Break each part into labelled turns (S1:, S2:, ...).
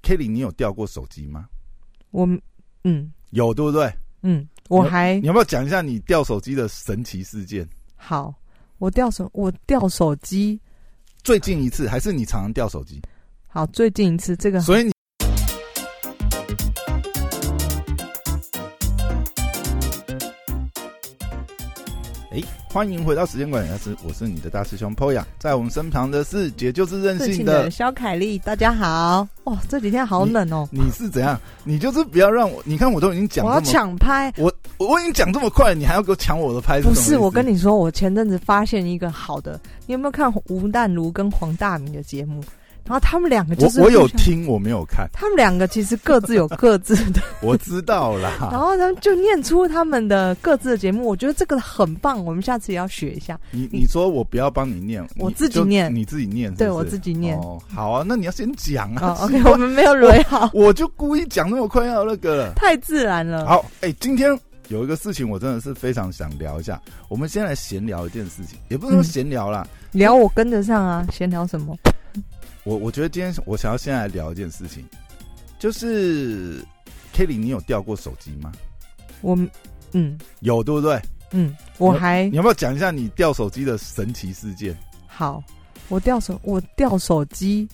S1: Kelly，你有掉过手机吗？
S2: 我嗯
S1: 有，对不对？
S2: 嗯，我还
S1: 你要不要讲一下你掉手机的神奇事件？
S2: 好，我掉手我掉手机，
S1: 最近一次还是你常常掉手机？
S2: 好，最近一次这个
S1: 所以你哎、欢迎回到时间管理大师，我是你的大师兄 Poya，在我们身旁的是姐就是任
S2: 事
S1: 性
S2: 情
S1: 的
S2: 的肖凯丽，大家好。哇，这几天好冷哦，
S1: 你是怎样？你就是不要让我，你看我都已经讲
S2: 我要
S1: 这么，
S2: 抢拍。
S1: 我我已经讲这么快，你还要给我抢我的拍？
S2: 不是，我跟
S1: 你
S2: 你说，我前阵子发现一个好的，你有没有看吴淡如跟黄大明的节目？然后他们两个就是
S1: 我我有
S2: 互相
S1: 听，我没有看，
S2: 他们两个其实各自有各自 的，
S1: 我知道
S2: 然
S1: 啦。
S2: 后他们就念出他们的各自的节目，我觉得这个很棒，我们下次也要学一下。
S1: 你你说我不要帮你念，
S2: 我
S1: 你
S2: 自己
S1: 就
S2: 念
S1: 你自己念是不是，
S2: 对我自己念
S1: 哦，好啊，那你要先讲啊
S2: 哦。，OK，我们没有蕊好，
S1: 我就故意讲那么快要那个了。
S2: 太自然了。
S1: 好，哎、今天有一个事情我真的是非常想聊一下。我们先来闲聊一件事情，也不是说
S2: 嗯
S1: 闲聊啦，
S2: 聊我跟得上啊，闲聊什么？
S1: 我我觉得今天我想要先来聊一件事情，就是 Kelly，你有掉过手机吗？
S2: 我嗯
S1: 有对不对？
S2: 嗯，我还
S1: 你要不要讲一下你掉手机的神奇事件？
S2: 好，我掉手我掉手机，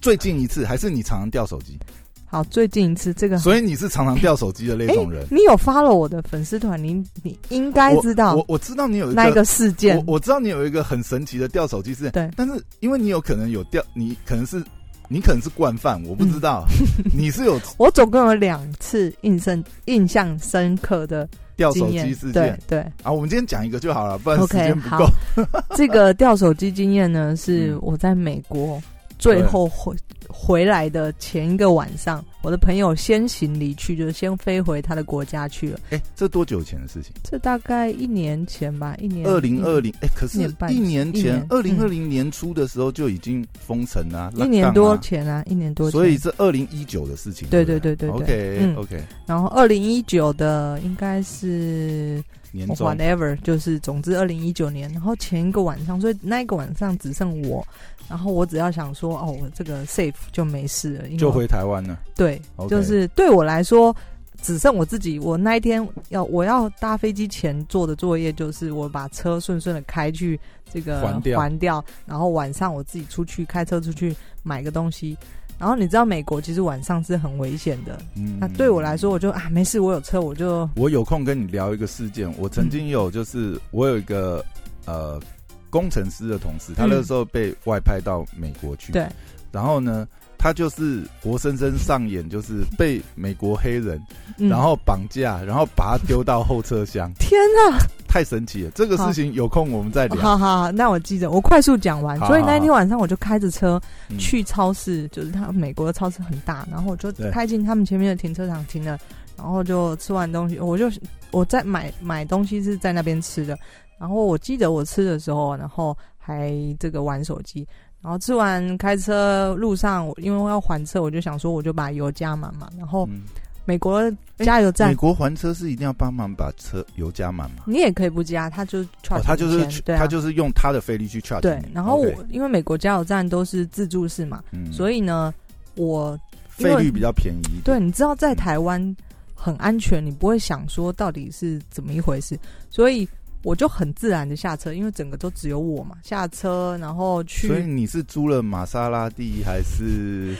S1: 最近一次还是你常常掉手机，
S2: 好，最近一次这个，
S1: 所以你是常常掉手机的那种人。
S2: 你有 follow 我的粉丝团，你你应该知道
S1: 我我知道你有一
S2: 那一
S1: 个，
S2: 个事件
S1: 我，我知道你有一个很神奇的掉手机事件，
S2: 对
S1: 但是因为你有可能有掉，你可能是你可能是惯犯，我不知道，
S2: 嗯
S1: 你是有
S2: 我总共有两次印深印象深刻的
S1: 掉手
S2: 经
S1: 机
S2: 验
S1: 事，件
S2: 对对。
S1: 啊。我们今天讲一个就好了，不然时
S2: OK，
S1: 间不够
S2: 好。这个掉手机经 验呢，是
S1: 嗯
S2: 我在美国最后回回来的前一个晚上，我的朋友先行离去，就是先飞回他的国家去了。
S1: 哎、这多久以前的事情？
S2: 这大概一年前吧，一年
S1: 二零二，零，哎，可是
S2: 一年半
S1: 一年前，二
S2: 一
S1: 零
S2: 年嗯
S1: 二零年初的时候就已经封城啊，
S2: 一年
S1: lockdown
S2: 多
S1: 啊，
S2: 前啊，一年多前。
S1: 所以，是二零一九的事情。
S2: 对
S1: 对
S2: 对对对对
S1: ，OK
S2: 嗯
S1: OK，
S2: 然后二零一九的应该是
S1: 年终
S2: whatever，就是总之二零一九年。然后前一个晚上，所以那一个晚上只剩我，然后我只要想说，哦，我这个 safe 就没事了，因为
S1: 就
S2: 我
S1: 回台湾了。
S2: 对
S1: OK
S2: 就是对我来说，只剩我自己。我那一天要我要搭飞机前做的作业，就是我把车顺顺的开去这个
S1: 还掉
S2: 掉然后晚上我自己出去开车出去买个东西。然后你知道美国其实晚上是很危险的，
S1: 嗯
S2: 那对我来说，我就啊没事，我有车，我就
S1: 我有空跟你聊一个事件。我曾经
S2: 嗯
S1: 有，就是、我有一个呃工程师的同事，他
S2: 嗯
S1: 那时候被外派到美国去，
S2: 对，
S1: 然后呢，他就是活生生上演就是被美国黑人、
S2: 嗯，
S1: 然后绑架，然后把他丢到后车厢
S2: 天哪，
S1: 太神奇了。这个事情有空我们再聊。
S2: 好好好，那我记着，我快速讲完。
S1: 好
S2: 所以那
S1: 好
S2: 一天晚上我就开着车，
S1: 嗯
S2: 去超市，就是他美国的超市很大，然后我就
S1: 对
S2: 开进他们前面的停车场停了，然后就吃完东西，我就我在买买东西是在那边吃的，然后我记得我吃的时候，然后还这个玩手机，然后吃完开车路上，我因为我要还车，我就想说我就把油加满嘛，然后
S1: 嗯
S2: 美国加油站、
S1: 美国还车是一定要帮忙把车油加满吗？
S2: 你也可以不加，他就 charge
S1: 哦，他就
S2: 你
S1: 是
S2: 钱
S1: 去
S2: 对、啊、
S1: 他就是用他的费率去 charge
S2: 对
S1: 你，
S2: 然后我
S1: OK，
S2: 因为美国加油站都是自助式嘛，
S1: 嗯
S2: 所以呢我。因
S1: 费
S2: 为
S1: 率比较便宜一点。
S2: 对，你知道在
S1: 嗯
S2: 台湾很安全，你不会想说到底是怎么一回事，所以我就很自然的下车，因为整个都只有我嘛，下车然后
S1: 所以
S2: 去
S1: 你是租了玛莎拉蒂还是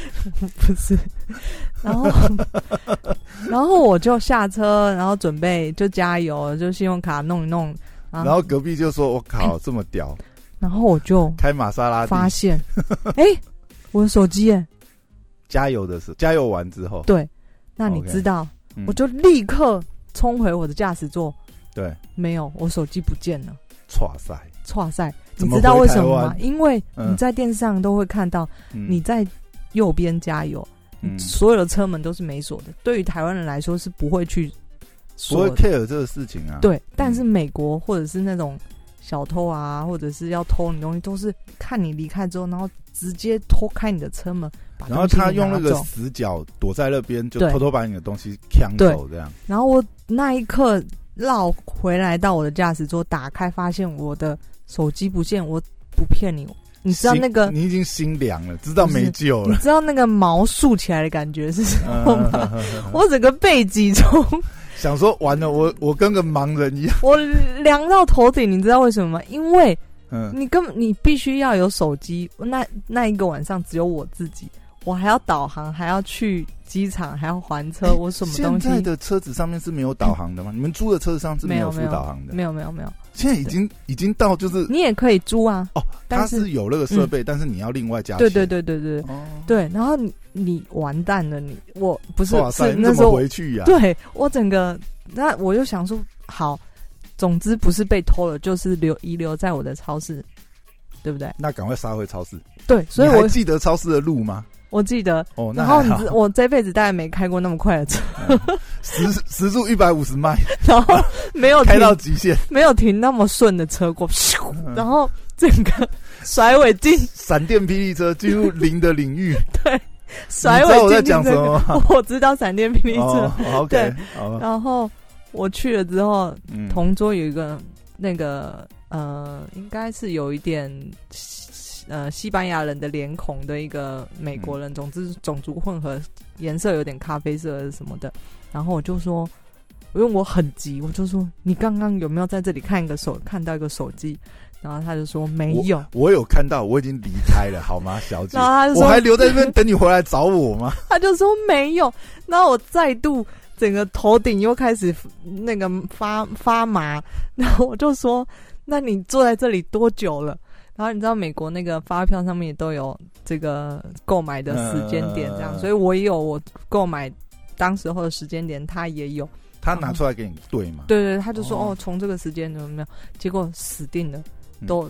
S2: 不是，然后然后我就下车，然后准备就加油，就信用卡弄一弄，然
S1: 然后隔壁就说：“我靠，这么屌，
S2: 然后我就
S1: 开玛莎拉蒂，
S2: 哎发现， 哎、我的手机耶，
S1: 加油的时候，加油完之后，
S2: 对，那你
S1: OK
S2: 知道
S1: 嗯
S2: 我就立刻冲回我的驾驶座，
S1: 对，
S2: 没有，我手机不见了。
S1: 哇塞，
S2: 哇塞，
S1: 怎
S2: 你
S1: 么
S2: 知道为什么
S1: 回台
S2: 吗？
S1: 湾
S2: 因为
S1: 嗯
S2: 你在电视上都会看到
S1: 嗯
S2: 你在右边加油，
S1: 嗯，
S2: 所有的车门都是没锁的。对于台湾人来说是不会去
S1: 不会
S2: 锁的，
S1: care 这个事情啊，，
S2: 对。嗯但是美国或者是那种小偷啊，或者是要偷你东西，都是看你离开之后，然后直接偷开你的车门，把
S1: 然后
S2: 东西
S1: 他用
S2: 拿
S1: 那个
S2: 走
S1: 死角躲在那边，就
S2: 对
S1: 偷偷把你的东西抢走，这样，
S2: 然后我那一刻绕回来到我的驾驶座，打开发现我的手机不见，我不骗你，你知道那个
S1: 心你已经心凉了，知道没救
S2: 你
S1: 了。
S2: 知道那个毛竖起来的感觉是什么
S1: 嗯
S2: 吗？ 我整个背脊从
S1: 想说完了，我我跟个盲人一样。
S2: 我凉到头顶，你知道为什么吗？因为
S1: 嗯，
S2: 你根本你必须要有手机，那那一个晚上只有我自己，我还要导航，还要去机场，还要还车，我什么东西
S1: 现在的车子上面是没有导航的吗？你们租的车子上是
S2: 没有
S1: 附
S2: 没有
S1: 导航的。
S2: 没有没有没有，
S1: 现在已经已经到就是
S2: 你也可以租啊，
S1: 哦，
S2: 但
S1: 它
S2: 是嗯
S1: 是有那个设备，啊但是你要另外加钱。
S2: 对对对对对
S1: 哦，
S2: 对，然后你你完蛋了，你我不是
S1: 哇塞，
S2: 是
S1: 你
S2: 那
S1: 怎
S2: 时
S1: 么
S2: 候
S1: 回去呀？
S2: 对我整个，那我就想说，好，总之不是被偷了，就是留遗留在我的超市，对不对？
S1: 那赶快杀回超市。
S2: 对，所以
S1: 你还
S2: 我
S1: 记得超市的路吗？
S2: 我记得，
S1: 哦，那
S2: 然后
S1: 还
S2: 你
S1: 好
S2: 知。我这辈子大概没开过那么快的车，
S1: 时时速一百五十迈，
S2: 然后没有
S1: 开
S2: 停
S1: 到极 限，
S2: 没有停那么顺的车过，咻
S1: 嗯
S2: 然后整个甩尾进
S1: 闪电霹雳车进入零的领 域。
S2: 甩
S1: 你知道我在
S2: 尾进
S1: 讲
S2: 去
S1: 什
S2: 这
S1: 么
S2: 个，
S1: 吗？
S2: 我知道闪电霹雳车，
S1: 哦，OK，好吧，
S2: 然后我去了之后，
S1: 嗯
S2: 同桌有一个那个呃，应该是有一点呃西班牙人的脸孔的一个美国
S1: 嗯
S2: 人，总之种族混合，颜色有点咖啡色什么的。然后我就说，因为我很急，我就说你刚刚有没有在这里看一个手看到一个手机？然后他就说没有，
S1: 我有看到，我已经离开了，好吗，小姐
S2: 然？后他就
S1: 我
S2: 说
S1: 还留在这 边等你回来找我吗？
S2: 他就说没有，然后我再度整个头顶又开始那个发发麻，然后我就说：“那你坐在这里多久了？”然后你知道美国那个发票上面也都有这个购买的时间点，这样，
S1: 嗯
S2: 所以我也有我购买当时候的时间点，他也有。
S1: 他
S2: 嗯
S1: 拿出来给你对吗？
S2: 对对，他就说：“
S1: 哦
S2: 哦，从这个时间怎么没有？”结果死定了，
S1: 嗯
S2: 都、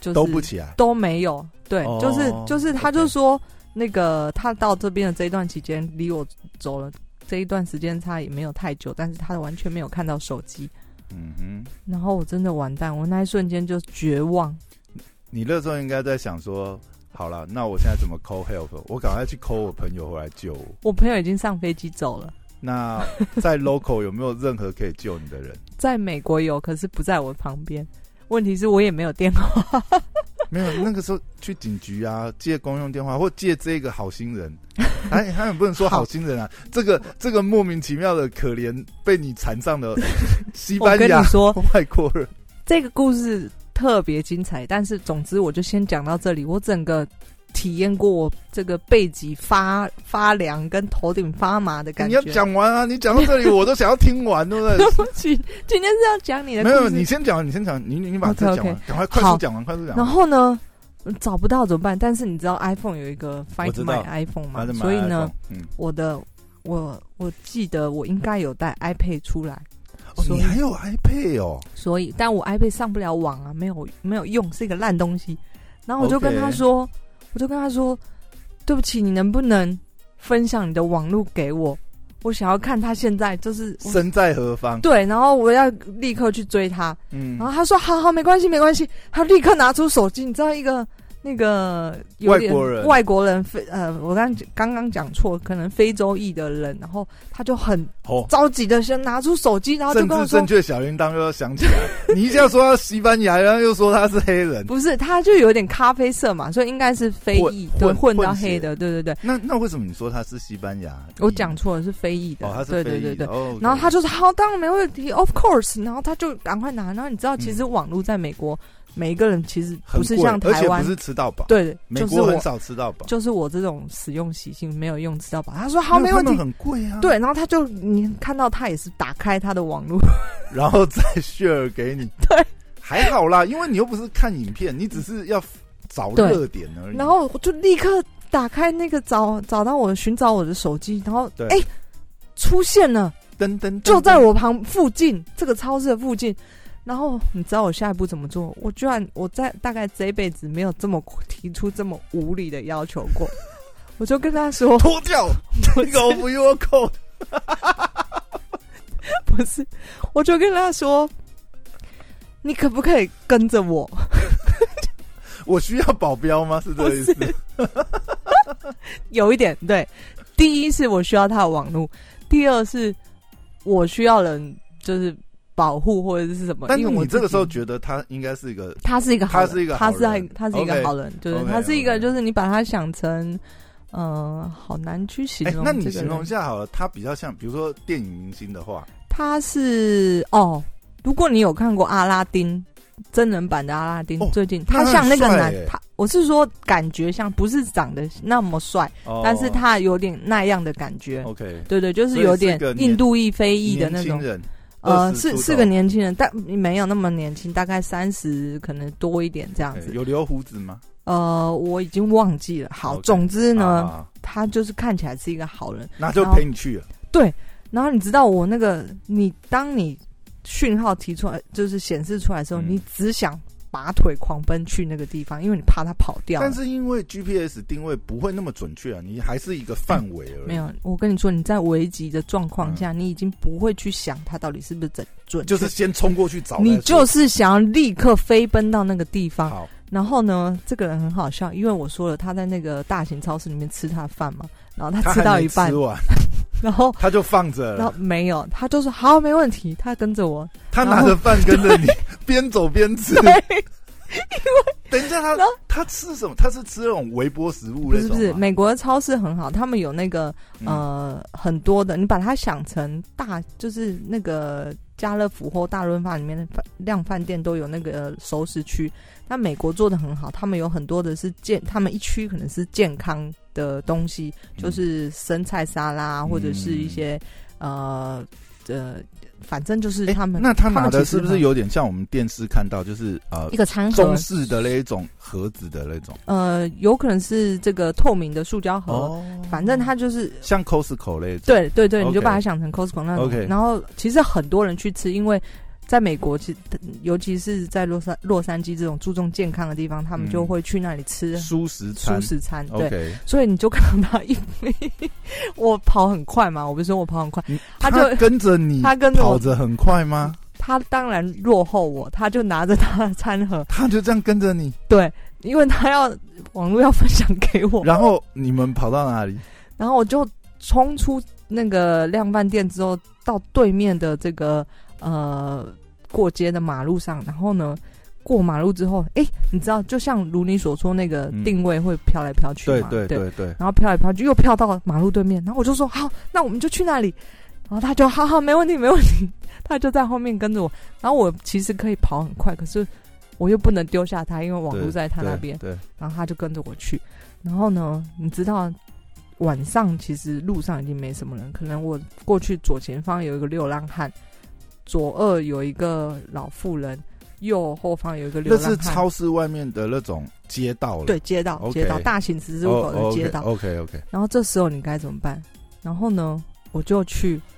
S2: 就是
S1: 都不起来。
S2: 都没有，对，
S1: 哦
S2: 就是就是，他
S1: OK
S2: 就说那个他到这边的这一段期间，离我走了这一段时间，他也没有太久，但是他完全没有看到手机，
S1: 嗯哼，
S2: 然后我真的完蛋，我那一瞬间就绝望，
S1: 你那时候应该在想说，好了，那我现在怎么 call help？我赶快去 call 我朋友回来救我。
S2: 我朋友已经上飞机走了，
S1: 那在 local 有没有任何可以救你的人？
S2: 在美国有，可是不在我旁边。问题是我也没有电话，
S1: 没有，那个时候去警局啊，借公用电话或借这个好心 人，哎，他也不能说好心人啊，这个这个莫名其妙的可怜被你缠上 的西
S2: 我
S1: 班
S2: 跟
S1: 牙
S2: 你说，
S1: 外国人，
S2: 这个故事特别精彩，但是总之我就先讲到这里。我整个体验过我这个背脊发发凉跟头顶发麻的感
S1: 你
S2: 觉。
S1: 要讲完啊，你讲到这里我都想要听完，对不 对
S2: 对？不起，今天是要讲你的故
S1: 没
S2: 事。
S1: 有，你先讲，你先讲，你你你把这
S2: OK，OK
S1: 讲完，赶快快速
S2: 好
S1: 讲完，快速讲完。
S2: 然后呢，找不到怎么办？但是你知道 iPhone 有一个
S1: 我
S2: Find
S1: 知
S2: My
S1: 道
S2: iPhone 嘛
S1: 反正？买
S2: 所以呢，
S1: iPhone，嗯，
S2: 我的我我记得我应该有带 iPad 出来，
S1: 哦，
S2: 所以
S1: 你还有 iPad 哦，
S2: 所以但我 iPad 上不了网啊，没有没有用，是一个烂东西。然后我就
S1: OK
S2: 跟他说我就跟他说，对不起，你能不能分享你的网路给我？我想要看他现在就是我
S1: 身在何方？
S2: 对，啊然后我要立刻去追他。
S1: 嗯
S2: 然，后他说：“好好，没关系，没关系。”他立刻拿出手机，你知道一个那个有点
S1: 外国人
S2: 外国人非呃，我刚刚刚讲错，可能非洲裔的人，然后他就很
S1: 哦，
S2: 着急的先拿出手机，然后就
S1: 政
S2: 跟我
S1: 治
S2: 说
S1: 正确小铃铛又要响起 来，你一下说他西班牙，然后又说他是黑人：“，
S2: 不是，他就有点咖啡色嘛，所以应该是非裔，
S1: 混
S2: 对，
S1: 混
S2: 混到
S1: 混血
S2: 黑的，对对对，
S1: 那那为什么你说他是西班牙？
S2: 我讲错了，是非裔的，
S1: 哦，他是
S2: 对
S1: 非
S2: 对
S1: 裔
S2: 对
S1: 的
S2: 对。”
S1: 哦，OK
S2: 然后他就说好，当然没问题，of course。然后他就赶快拿。然后你知道，其实网络在美国，每一个人其实
S1: 嗯很
S2: 不是
S1: 贵
S2: 像
S1: 而
S2: 台
S1: 且
S2: 湾
S1: 不，是吃到饱，
S2: 对，对
S1: 美
S2: 就是
S1: 国
S2: 我
S1: 很少吃到饱，
S2: 就是我这种使用习性没有用吃到饱。他说好，没
S1: 有
S2: 问
S1: 他们
S2: 题。
S1: 很贵啊。，
S2: 对，然后他就你看到他也是打开他的网络，
S1: 然后再 share 给你，
S2: 对，
S1: 还好啦，因为你又不是看影片，你只是要找
S2: 对
S1: 热点而已。
S2: 然后我就立刻打开那个找找到我寻找我的手机，然后
S1: 对
S2: 哎、出现了，
S1: 噔噔，
S2: 就在
S1: 我
S2: 我旁附近这个超市的附近。然后你知道我下一步怎么做？我居然我在大概这一辈子没有这么提出这么无理的要求过， 我就跟他说，
S1: 脱 掉那个 of your coat，
S2: 不是，我就跟他说，你可不可以跟着我？
S1: 我需要保镖吗？是这个意思？
S2: 有一点对。第一是我需要他的网络，第二是我需要人，就是保护或者是什么。
S1: 但
S2: 因
S1: 是
S2: 为我
S1: 你这个时候
S2: 自己
S1: 觉得他应该是一个
S2: 他是一个好人，
S1: 他是一个好
S2: 他是
S1: 人
S2: 一个他是一个
S1: OK，
S2: 好人，对
S1: OK，
S2: 他是一个
S1: OK
S2: 就是你把他想成，嗯，好难去形
S1: 哎、
S2: 容。
S1: 那你形容一，下好了，他比较像，比如说电影明星的话，
S2: 他是哦，如果你有看过阿拉丁真人版的阿拉丁
S1: 哦，
S2: 最近
S1: 那
S2: 他
S1: 很
S2: 像那个
S1: 帅
S2: 男
S1: 耶，
S2: 他我是说感觉像，不是长得那么帅，
S1: 哦
S2: 但是他有点那样的感觉。
S1: OK，
S2: 对对，就
S1: 所
S2: 是
S1: 以
S2: 有
S1: 是
S2: 点
S1: 个年
S2: 印度裔、非裔的
S1: 年
S2: 那
S1: 轻
S2: 种，
S1: 人，
S2: 呃，
S1: 20
S2: 是
S1: 出
S2: 是
S1: 头
S2: 个年轻人，但没有那么年轻，大概三十可能多一点这样
S1: 哎
S2: 子。
S1: 有留胡子吗？
S2: 呃，我已经忘记了。好
S1: OK，
S2: 总之呢，
S1: 啊，
S2: 他就是看起来是一个好人。
S1: 那就
S2: 然后
S1: 陪你去啊了。
S2: 然后你知道我那个，你当你讯号提出来，就是显示出来的时候，
S1: 嗯
S2: 你只想拔腿狂奔去那个地方，因为你怕他跑掉了。
S1: 但是因为 GPS 定位不会那么准确啊，你还是一个范围而已。
S2: 没有，我跟你说，你在危急的状
S1: 嗯
S2: 况下，你已经不会去想他到底是不是准准确，
S1: 就是先冲过去找再说。
S2: 你就是想要立刻飞奔到那个地方。
S1: 好，
S2: 然后呢，这个人很好笑，因为我说了他在那个大型超市里面吃他的饭嘛，然后他
S1: 他
S2: 吃
S1: 还
S2: 到
S1: 没
S2: 一半
S1: 吃，呃完
S2: 然后
S1: 他就放着
S2: 然后
S1: 了，
S2: 没有，他就说好，没问题，他跟着我，
S1: 他
S2: 然
S1: 拿
S2: 后
S1: 着饭跟着你， 边走边吃。等一下，他
S2: 然后
S1: 他吃什么？他是吃那种微波食物
S2: 不
S1: 那
S2: 是
S1: 种
S2: 不是，
S1: 吗
S2: 美国的超市很好，他们有那个
S1: 嗯
S2: 呃很多的，你把它想成大，就是那个家乐福或大润发里面的饭量饭店都有那个熟食区。那美国做的很好，他们有很多的是健，他们一区可能是健康的东西，就
S1: 嗯
S2: 是生菜沙拉啊
S1: 嗯
S2: 或者是一些呃呃，反正就是
S1: 哎
S2: 他们
S1: 那他
S2: 们
S1: 拿的
S2: 其实
S1: 是不是
S2: 很
S1: 有点像我们电视看到，就是呃
S2: 一个餐盒
S1: 中？式的那一种盒子的那种？
S2: 呃，有可能是这个透明的塑胶盒，
S1: 哦，
S2: 反正它就是
S1: 像 Costco 那一种。
S2: 对对对，你就
S1: OK
S2: 把它想成 Costco 那种。
S1: OK
S2: 然后其实很多人去吃，因为在美国，其尤其是在洛杉洛杉矶这种注重健康的地方，他们
S1: 嗯
S2: 就会去那里吃
S1: 素食餐
S2: 素。食餐。对，
S1: OK，
S2: 所以你就看到他一， 我跑很快嘛，我不是说我跑很快，他就
S1: 嗯跟着你，
S2: 他跟着
S1: 跑
S2: 我，
S1: 着很快吗？
S2: 他当然落后我，他就拿着他的餐盒，
S1: 他就这样跟着你，
S2: 对，因为他要网络要分享给我，
S1: 然后你们跑到哪里？
S2: 然后我就冲出那个量贩店之后，到对面的这个呃过街的马路上，然后呢。过马路之后，哎、你知道，就像如你所说，那个
S1: 嗯
S2: 定位会飘来飘去
S1: 对
S2: 嘛，
S1: 对对对，
S2: 然后飘来飘去，又飘到马路对面，然后我就说好，那我们就去那里。然后他就好好，没问题，没问题。他就在后面跟着我，然后我其实可以跑很快，可是我又不能丢下他，因为网
S1: 对
S2: 路在他那
S1: 对
S2: 边。
S1: 对，
S2: 然后他就跟着我去。然后呢，你知道晚上其实路上已经没什么人，可能我过去左前方有一个流浪汉，左二有一个老妇人，右后方有一个流
S1: 那
S2: 浪
S1: 是
S2: 汉。
S1: 超市外面的那种街道了。
S2: 对街道
S1: OK
S2: 街道大型十字路
S1: 哦，
S2: 口的街道。
S1: OK OK，
S2: 然后这时候你该怎么办？然后呢，我就去。
S1: 哎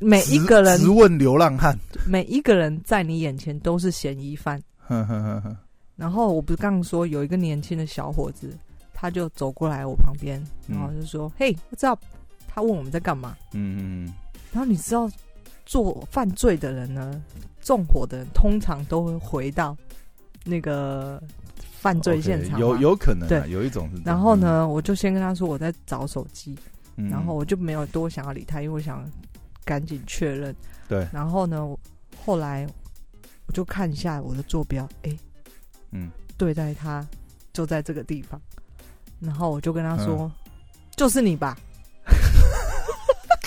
S2: 每一个人
S1: 直，问流浪 汉。
S2: 每一个人在你眼前都是嫌疑犯。
S1: 哼
S2: 嗯
S1: 哼哼哼
S2: 然后我不是刚说有一个年轻的小伙子，他就走过来我旁边，
S1: 嗯
S2: 然后就说：“嘿，我知道。”他问我们在干嘛。
S1: 嗯嗯嗯，
S2: 然后你知道，做犯罪的人呢，纵火的人通常都会回到那个犯罪现
S1: OK，
S2: 场嘛。
S1: 有有可能啊，
S2: 哦对
S1: 有一种是这样。
S2: 然后呢，我就先跟他说我在找手机，
S1: 嗯，嗯
S2: 然后我就没有多想要理他，因为我想赶紧确认。
S1: 对
S2: 然后呢，我后来我就看一下我的坐标，诶，
S1: 嗯，
S2: 对待他就在这个地方，然后我就跟他
S1: 嗯
S2: 说，就是你吧。。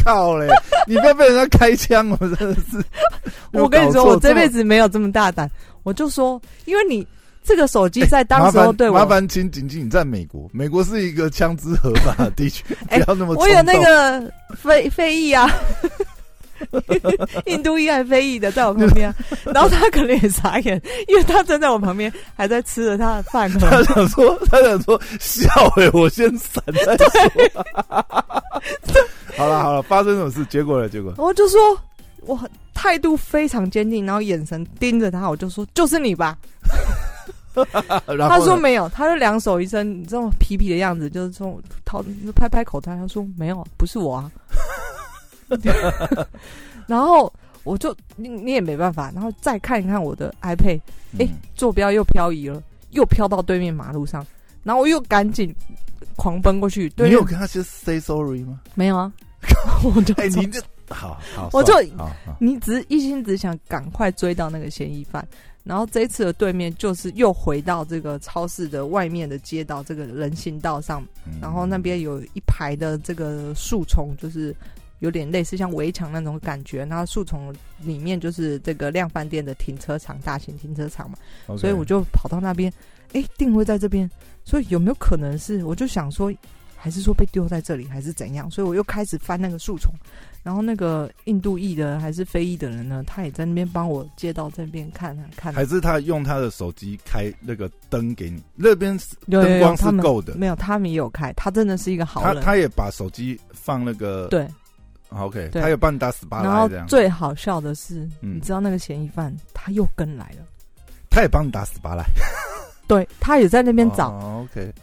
S1: 靠嘞， 你不要被人家开枪，我真的是
S2: 我跟你说，我这辈
S1: 子
S2: 子没有这么大胆，我就说，因为你这个手机在当时候对我，
S1: 哎麻烦请谨记你在美国，美国是一个枪支合法的地区，不
S2: 哎
S1: 要那么冲动。
S2: 我有那个非非裔啊。 印度裔还是非裔的在我旁 边啊、然后他可能也傻眼，因为他站在我旁边，还在吃着他的饭盒。
S1: 他想说，他想说笑哎、我先闪再说。 好了好了，发生什么事？结果了，结果
S2: 然后就说我很态度非常坚定，然后眼神盯着他，我就说就是你吧。
S1: 然后
S2: 啊他
S1: 呢
S2: 说没有，他就两手一伸，你这种皮皮的样子，就是这种掏拍拍口袋，他说没有，不是 我啊。 然后我就你你也没办法，然后再看一看我的 iPad，哎、
S1: 嗯
S2: 坐标又漂移了，又飘到对面马路上，然后我又赶紧狂奔过去。对
S1: 你
S2: 面
S1: 有跟他先 say sorry 吗？
S2: 没有啊？我就
S1: 哎、
S2: 走
S1: 你这好好，
S2: 我
S1: 算
S2: 就
S1: 好好
S2: 你只是一心只想赶快追到那个嫌疑犯，然后这一次的对面就是又回到这个超市的外面的街道，这个人行道上，
S1: 嗯
S2: 然后那边有一排的这个树丛，就是有点类似像围墙那种感觉，然后树丛里面就是这个量贩店的停车场，大型停车场嘛，
S1: OK
S2: 所以我就跑到那边，哎、定位在这边，所以有没有可能是？我就想说，还是说被丢在这里，还是怎样？所以我又开始翻那个树丛，然后那个印度裔的还是非裔的人呢，他也在那边帮我街道这边看啊看啊，
S1: 还是他用他的手机开那个灯给你，那边是
S2: 有有
S1: 灯
S2: 有
S1: 光
S2: 他
S1: 是
S2: 们
S1: 够的，
S2: 没有，他们也有开，他真的是一个好
S1: 他
S2: 人，
S1: 他也把手机放那个
S2: 对。
S1: 好，OK，
S2: 对
S1: 他也帮你打 SPA
S2: 然后
S1: 来这样，
S2: 最好笑的是，
S1: 嗯
S2: 你知道那个嫌疑犯他又跟来了，
S1: 他也帮你打 SPA 来，
S2: 对他也在那边找。
S1: 哦，OK，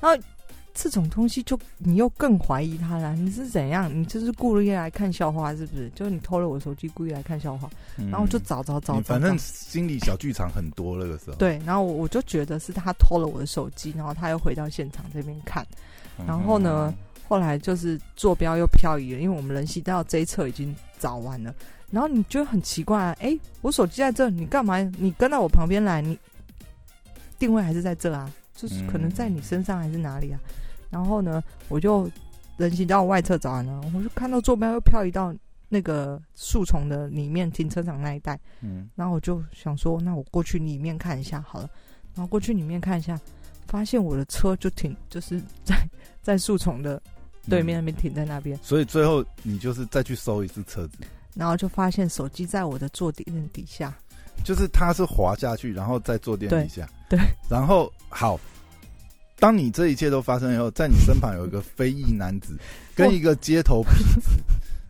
S2: 这种东西就你又更怀疑他了。你是怎样？你就是故意来看笑话是不是？就是你偷了我手机，故意来看笑话，
S1: 嗯
S2: 然后我就找找找
S1: 你
S2: 找
S1: 反
S2: 找
S1: 正。心理小剧场很多那个时候，
S2: 对，然后我我就觉得是他偷了我的手机，然后他又回到现场这边看，
S1: 嗯哼，
S2: 然后呢后来就是坐标又漂移了，因为我们人行道这一侧已经找完了，然后你觉得很奇怪、啊，哎，我手机在这，你干嘛？你跟到我旁边来，你定位还是在这啊？就是可能在你身上还是哪里啊？然后呢，我就人行道外侧找完了，我就看到坐标又漂移到那个树丛的里面停车场那一带，
S1: 嗯，
S2: 然后我就想说，那我过去里面看一下好了。然后过去里面看一下，发现我的车就停，就是在 在树丛的对面那
S1: 嗯
S2: 边停在那边，
S1: 所以最后你就是再去搜一次车子，
S2: 然后就发现手机在我的坐垫 底下。
S1: 就是他是滑下去，然后再坐垫底下，
S2: 对对
S1: 然后好。当你这一切都发生以后，在你身旁有一个非裔男 子跟一个街头痞子，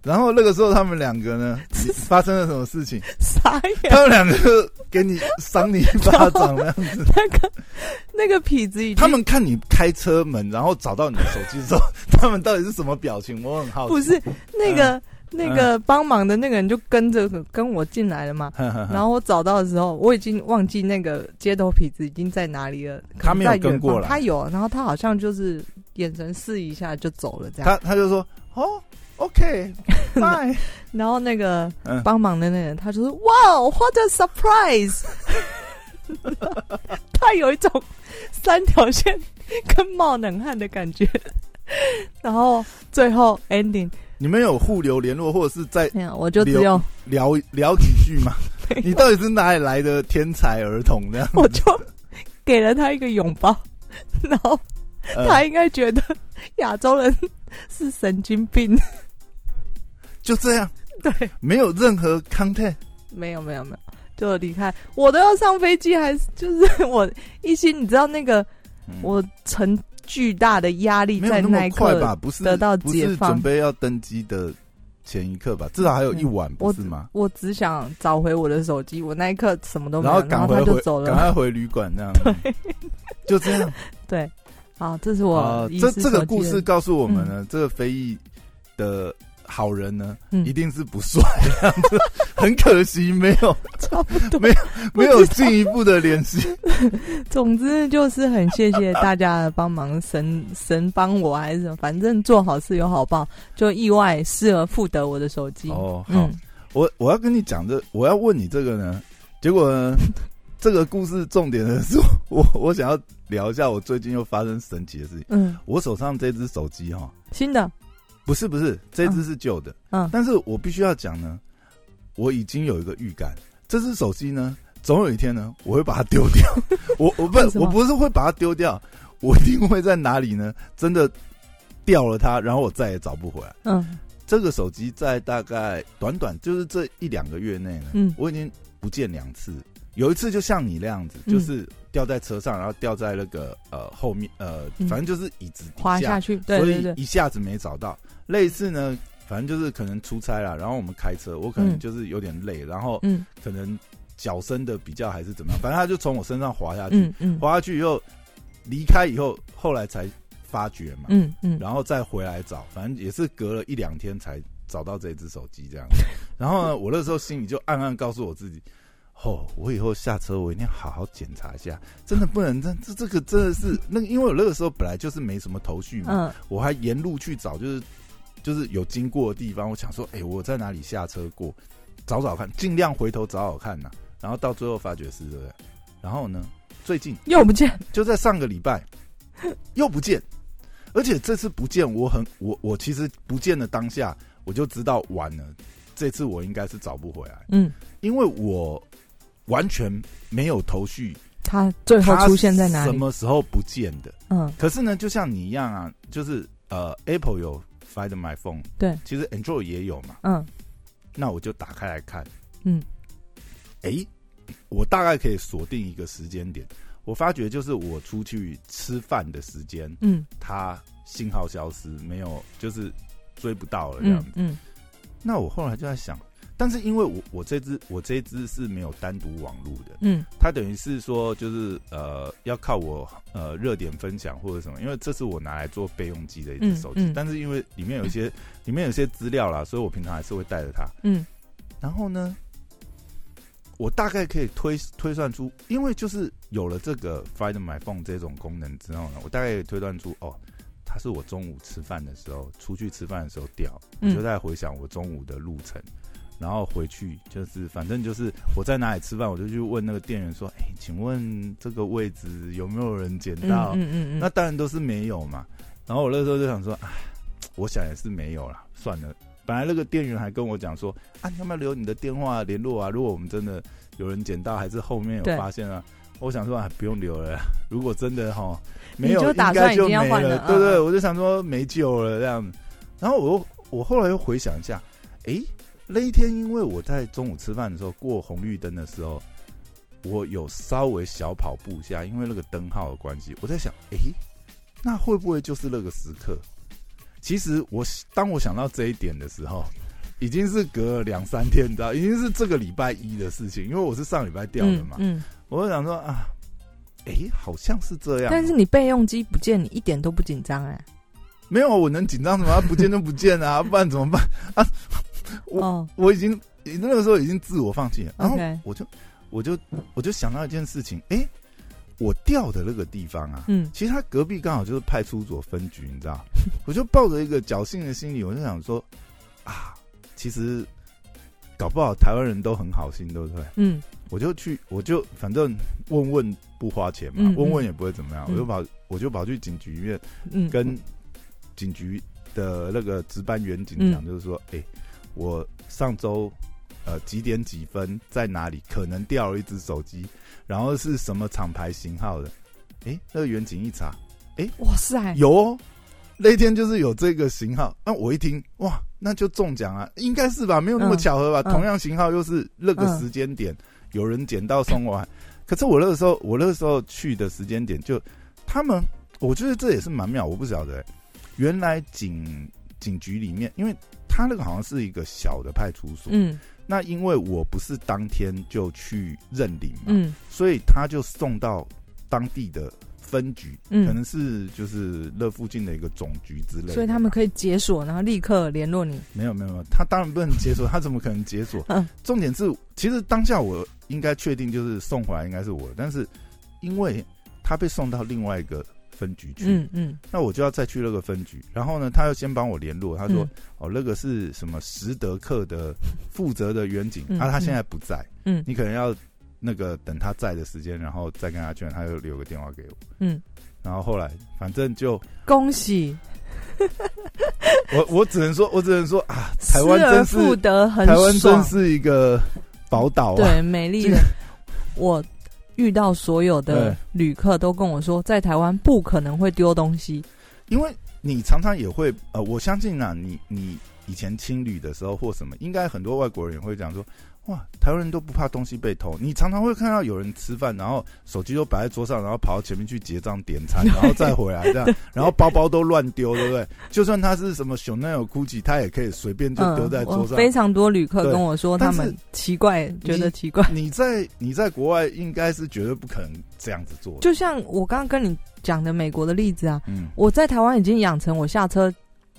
S1: 然后那个时候他们两个 呢发生了什么事情？
S2: 傻眼，
S1: 他们两个给你赏你一巴掌 那样子。
S2: 那个那个痞子已经
S1: 他们看你开车门，然后找到你的手机之后， 他们到底是什么表情？我很好奇。
S2: 不是那个、
S1: 嗯
S2: 那个帮忙的那个人就跟着跟我进来了嘛。
S1: 呵呵呵，
S2: 然后我找到的时候，我已经忘记那个街头痞子已经在哪里了。
S1: 他没有
S2: 可能在
S1: 跟过
S2: 远
S1: 来
S2: 方他有，然后他好像就是眼神示意一下就走了这样。
S1: 他他就说：“哦，OK，拜。
S2: 然后那个
S1: 嗯
S2: 帮忙的那人，他就说：“哇，what a surprise！” 他有一种三条线跟冒冷汗的感觉。然后最后 ending，”
S1: 你们有互留联络，或者是在
S2: 没有，我就只
S1: 留
S2: 有
S1: 聊聊几句 吗？
S2: 没有
S1: 你到底是哪里来的天才儿童 呢？
S2: 我就给了他一个拥抱，然后他
S1: 呃，
S2: 应该觉得亚洲人是神经病。
S1: 就这样，
S2: 对，
S1: 没有任何 content。
S2: 没有没有没有，就离开。我都要上飞机，还是就是我一心，你知道那个
S1: 嗯
S2: 我承巨大的压力
S1: 没
S2: 在
S1: 有那
S2: 那
S1: 么
S2: 一
S1: 快吧？
S2: 刻，
S1: 不是
S2: 得到
S1: 不
S2: 解
S1: 是
S2: 放嗯
S1: 准备要登机的前一刻吧？至少还有一晚，不
S2: 我
S1: 是吗？
S2: 我只想找回我的手机，我那一刻什么都没
S1: 然
S2: 有
S1: 后，
S2: 然
S1: 赶
S2: 后
S1: 回
S2: 他就
S1: 回
S2: 走
S1: 赶快
S2: 了。
S1: 回旅馆那样。就这样。
S2: 对，好，这是
S1: 啊
S2: 我，遗
S1: 这
S2: 失
S1: 这个
S2: 手机
S1: 故
S2: 的
S1: 事告诉我们呢，这个非裔的好人呢，
S2: 嗯
S1: 一定是不帅的样 子，很可惜没有
S2: 差不多。
S1: 没有进一步的联 系。
S2: 总之就是很谢谢大家的帮忙，神神帮我还是什么，反正做好事有好报，就意外失而复得我的手机。
S1: 哦，好
S2: 嗯，，
S1: 我我要跟你讲这，我要问你这个呢，结果 呢这个故事重点的是我我想要聊一下我最近又发生神奇的事情。
S2: 嗯，
S1: 我手上这只手机哈，
S2: 新的，
S1: 不是不是，这只是旧的，
S2: 嗯
S1: 但是我必须要讲呢，我已经有一个预感，这只手机呢，总有一天呢，我会把它丢 掉。我我不
S2: 为什么
S1: 我不是会把它丢掉，我一定会在哪里呢？真的掉了它，然后我再也找不回来。
S2: 嗯
S1: 这个手机在大概短短就是这一两个月内呢，
S2: 嗯
S1: 我已经不见两次，有一次就像你那样子，
S2: 嗯
S1: 就是掉在车上，然后掉在那个呃后面呃，
S2: 嗯
S1: 反正就是椅子底
S2: 滑
S1: 下
S2: 下去，对对
S1: 所
S2: 对
S1: 以，一下子没找到。类似呢，反正就是可能出差啦，然后我们开车，我可能
S2: 嗯
S1: 就是有点累，然后
S2: 嗯
S1: 可能脚伸的比较还是怎么样，反正他就从我身上滑下去，
S2: 嗯嗯
S1: 滑下去以后离开以后，后来才发觉嘛，
S2: 嗯嗯，
S1: 然后再回来找，反正也是隔了一两天才找到这只手机 这样子。然后呢，我那时候心里就暗暗告诉我自己。哦，我以后下车我一定要好好检查一下，真的不能这这这个真的是那个，因为我那个时候本来就是没什么头绪嘛，
S2: 嗯
S1: 我还沿路去找，就是就是有经过的地方，我想说，哎、我在哪里下车过？找找看，尽量回头找找看呐、然后到最后发觉是，对不对？然后呢，最近
S2: 又不见，
S1: 就在上个礼拜又不见，而且这次不见，我很我我其实不见的当下，我就知道完了，这次我应该是找不回来，
S2: 嗯，
S1: 因为我完全没有头绪，
S2: 他最后
S1: 它
S2: 出现在哪
S1: 什
S2: 里？
S1: 么时候不见的？
S2: 嗯，
S1: 可是呢，就像你一样啊，就是呃，Apple 有 Find My Phone，
S2: 对，
S1: 其实 Android 也有嘛，
S2: 嗯，
S1: 那我就打开来看，
S2: 嗯，
S1: 哎、我大概可以锁定一个时间点。我发觉就是我出去吃饭的时间，
S2: 嗯，
S1: 它信号消失，没有就是追不到了这样
S2: 嗯
S1: 子。，
S2: 嗯，
S1: 那我后来就在想，但是因为我我这只我这只是没有单独网路的，
S2: 嗯，
S1: 它等于是说就是呃要靠我呃热点分享或者什么，因为这是我拿来做备用机的一只
S2: 嗯
S1: 手机，
S2: 嗯
S1: 但是因为里面有一些里面有一些资料啦，所以我平常还是会带着它。
S2: 嗯，
S1: 然后呢，我大概可以推推算出，因为就是有了这个 Find My Phone 这种功能之后呢，我大概可以推断出哦，它是我中午吃饭的时候出去吃饭的时候掉，我
S2: 嗯
S1: 就在回想我中午的路程。然后回去就是，反正就是我在哪里吃饭，我就去问那个店员说：“哎，请问这个位置有没有人捡
S2: 嗯，
S1: 到？”
S2: 嗯嗯
S1: 那
S2: 嗯，
S1: 当然都是没有嘛。然后我那时候就想说，哎，我想也是没有啦，算了。本来那个店员还跟我讲说，啊，你要不要留你的电话联络啊？如果我们真的有人捡到，还是后面
S2: 对
S1: 有发现啊？我想说啊，不用留了啦。 如果真的哈，
S2: 你
S1: 没有，
S2: 就打
S1: 应该
S2: 算已
S1: 就
S2: 经要
S1: 没
S2: 换
S1: 了
S2: 了，
S1: 对不对？
S2: 嗯嗯
S1: 我就想说没救了这样子。然后我又我后来又回想一下，诶，那一天因为我在中午吃饭的时候过红绿灯的时候，我有稍微小跑步一下，因为那个灯号的关系，我在想，诶，那会不会就是那个时刻？其实我当我想到这一点的时候，已经是隔了两三天，你知道，已经是这个礼拜一的事情，因为我是上礼拜掉的嘛。
S2: 嗯，嗯
S1: 我就想说啊，诶，好像是这样哦。
S2: 但是你备用机不见，你一点都不紧张哎。
S1: 没有，我能紧张什么？啊不见就不见啊，不然怎么办？我
S2: 哦，
S1: 我已经那个时候已经自我放弃了，然后
S2: OK
S1: 我就我就我就想到一件事情，诶，我掉的那个地方啊，
S2: 嗯
S1: 其实他隔壁刚好就是派出所分局，你知道， 我就抱着一个侥幸的心理，我就想说啊，其实搞不好台湾人都很好心，对不对？
S2: 嗯
S1: 我就去，我就反正问问不花钱嘛，
S2: 嗯嗯
S1: 问问也不会怎么样，
S2: 嗯
S1: 我就跑我就跑去警局里面
S2: 嗯，
S1: 跟警局的那个值班员警讲，
S2: 嗯
S1: 就是说，哎、我上周呃几点几分在哪里可能掉了一只手机，然后是什么厂牌型号的？哎、那个远警一查，
S2: 哇塞，
S1: 有哦，那天就是有这个型号。那、我一听，哇，那就中奖啊，应该是吧？没有那么
S2: 嗯
S1: 巧合吧？
S2: 嗯
S1: 同样型号又是那个时间点，有人捡到送我。可是我那个时候，我那个时候去的时间点就他们，我觉得这也是蛮妙，我不晓得、原来警警局里面，因为他那个好像是一个小的派出所，
S2: 嗯
S1: 那因为我不是当天就去认领嘛，
S2: 嗯
S1: 所以他就送到当地的分局，
S2: 嗯
S1: 可能是就是那附近的一个总局之类的。
S2: 所以他们可以解锁，然后立刻联络你。
S1: 没有没有没有，他当然不能解锁，他怎么可能解锁？
S2: 嗯
S1: 重点是，其实当下我应该确定就是送回来应该是我，但是因为他被送到另外一个分局去，
S2: 嗯嗯，
S1: 那我就要再去那个分局。然后呢，他又先帮我联络，他说：“
S2: 嗯
S1: 哦，那个是什么石德克的负责的远景，
S2: 嗯
S1: 啊，他
S2: 嗯
S1: 现在不在。”
S2: 嗯
S1: 你可能要那个等他在的时间，然后再跟他劝，他就留个电话给我。
S2: 嗯，
S1: 然后后来反正就
S2: 恭喜，
S1: 我我只能说，我只能说啊，台
S2: 失
S1: 湾
S2: 而
S1: 真是
S2: 复得很
S1: 台湾真
S2: 爽，
S1: 是一个宝岛啊。
S2: 对，美丽的我。遇到所有的旅客都跟我说，在台湾不可能会丢东西。
S1: 因为你常常也会呃，我相信啊，你你以前青旅的时候或什么，应该很多外国人也会讲说。哇，台湾人都不怕东西被偷。你常常会看到有人吃饭，然后手机都摆在桌上，然后跑到前面去结账点 餐，然后再回来这样，然后包包都乱丢，对不对？就算他是什么 Chanel、GUCCI，他也可以随 便就丢在桌
S2: 嗯我
S1: 上。
S2: 非常多旅客
S1: 对
S2: 跟我说，他
S1: 但是
S2: 们奇怪，觉得奇怪。
S1: 你在你在国外应该是绝对不可能这样子做的。
S2: 就像我刚刚跟你讲的美国的例子啊，
S1: 嗯，
S2: 我在台湾已经养成我下车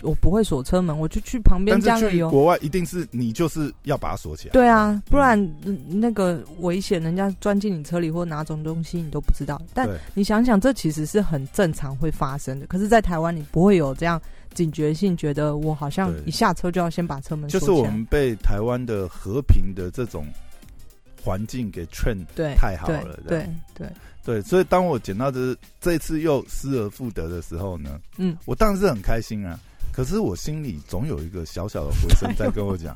S2: 我不会锁车门，我就去旁边
S1: 但
S2: 加
S1: 是
S2: 个
S1: 去
S2: 油。
S1: 国外一定是你就是要把它锁起来。
S2: 哦对啊，不然嗯那个危险，人家钻进你车里或拿走东西，你都不知道。但
S1: 对
S2: 你想想，这其实是很正常会发生的。可是，在台湾，你不会有这样警觉性，觉得我好像
S1: 对
S2: 一下车就要先把车门
S1: 就
S2: 锁
S1: 是我
S2: 起来。
S1: 们被台湾的和平的这种环境给劝
S2: 对，
S1: 太好
S2: 对
S1: 了，这样
S2: 对对，
S1: 对，所以当我捡到这这一次又失而复得的时候呢，
S2: 嗯，
S1: 我当然是很开心啊。可是我心里总有一个小小的回声在跟我 讲，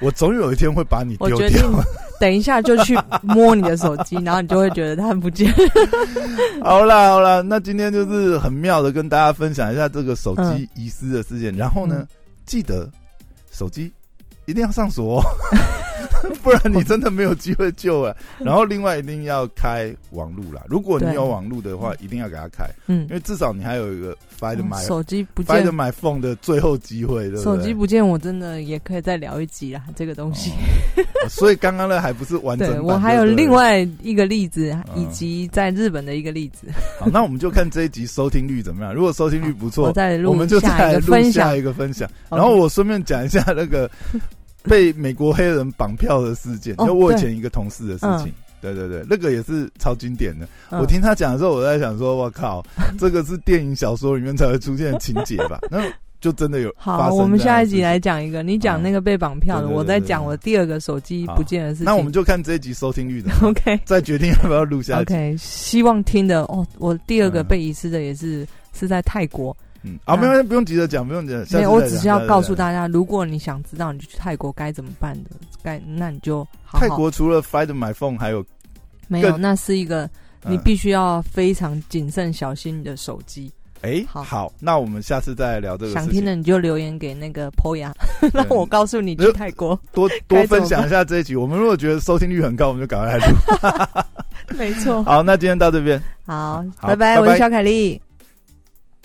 S1: 我总有一天会把你
S2: 我
S1: 丢
S2: 决定
S1: 掉。
S2: 等一下就去摸你的手机，然后你就会觉得它不见。
S1: 好啦好啦，那今天就是很妙的跟大家分享一下这个手机遗失的事件。然后呢，
S2: 嗯
S1: 记得手机一定要上锁、哦， 不然你真的没有机会救了。然后另外一定要开网路啦，如果你
S2: 对
S1: 有网路的话，一定要给它开，
S2: 嗯
S1: 因，为至少你还有一个 Find
S2: 嗯
S1: My、
S2: 手机不
S1: Find
S2: 见，
S1: My Phone 的最后机会，对不对？
S2: 手机不见，我真的也可以再聊一集啦。这个东西，
S1: 哦所以刚刚呢还不是完整
S2: 对
S1: 版
S2: 我还有
S1: 对不对
S2: 另外一个例子，以
S1: 嗯
S2: 及在日本的一个例子，
S1: 好，那我们就看这一集收听率怎么样。如果收听率不错
S2: 我，再
S1: 我
S2: 录
S1: 们就
S2: 下
S1: 再
S2: 一
S1: 来
S2: 个
S1: 录
S2: 分
S1: 下
S2: 享。
S1: 一个分享。然后我顺便讲一下那 个被美国黑人绑票的事件，
S2: 哦
S1: 就我以
S2: 对
S1: 前一个同事的事情。对对对，那个也是超经典的。
S2: 嗯
S1: 我听他讲的时候，我在想说，我 靠，这个是电影小说里面才会出现的情节吧？那就真的有发
S2: 好，
S1: 生
S2: 我们
S1: 这样
S2: 下
S1: 的
S2: 一
S1: 事
S2: 集
S1: 情
S2: 来讲一个，你讲
S1: 嗯
S2: 那个被绑票的，
S1: 对对对
S2: 我
S1: 对
S2: 在
S1: 对
S2: 讲我第二个手机
S1: 好
S2: 不见的事情。
S1: 那我们就看这一集收听率怎么样，
S2: 就 OK
S1: 再决定要不要录下去。
S2: OK，希望听的哦。我第二个
S1: 嗯
S2: 被遗失的也是是在泰国，
S1: 嗯，啊，没关系，不用急着讲，不用急着。下次
S2: 没有，我
S1: 再
S2: 只
S1: 讲
S2: 是要告
S1: 下
S2: 诉。
S1: 次再讲
S2: 大家，如果你想知道你去泰国该怎么办的，该那你就
S1: 嗯
S2: 好好
S1: 泰国除了 Find My Phone，还有
S2: 没有，
S1: 更
S2: 那是一个你
S1: 嗯
S2: 必须要非常谨慎小心你的手机。
S1: 哎，
S2: 好
S1: 好，那我们下次再聊这个
S2: 想
S1: 事
S2: 听
S1: 情。
S2: 的你就留言给那个 Poya，让 我告诉你去泰国。
S1: 多多
S2: 该怎么
S1: 分享一下这一集。我们如果觉得收听率很高，我们就赶快来录。
S2: 没错，
S1: 好，那今天到这边。
S2: 好，
S1: 好
S2: 拜拜，
S1: 拜
S2: 我是
S1: 拜
S2: 小凯丽。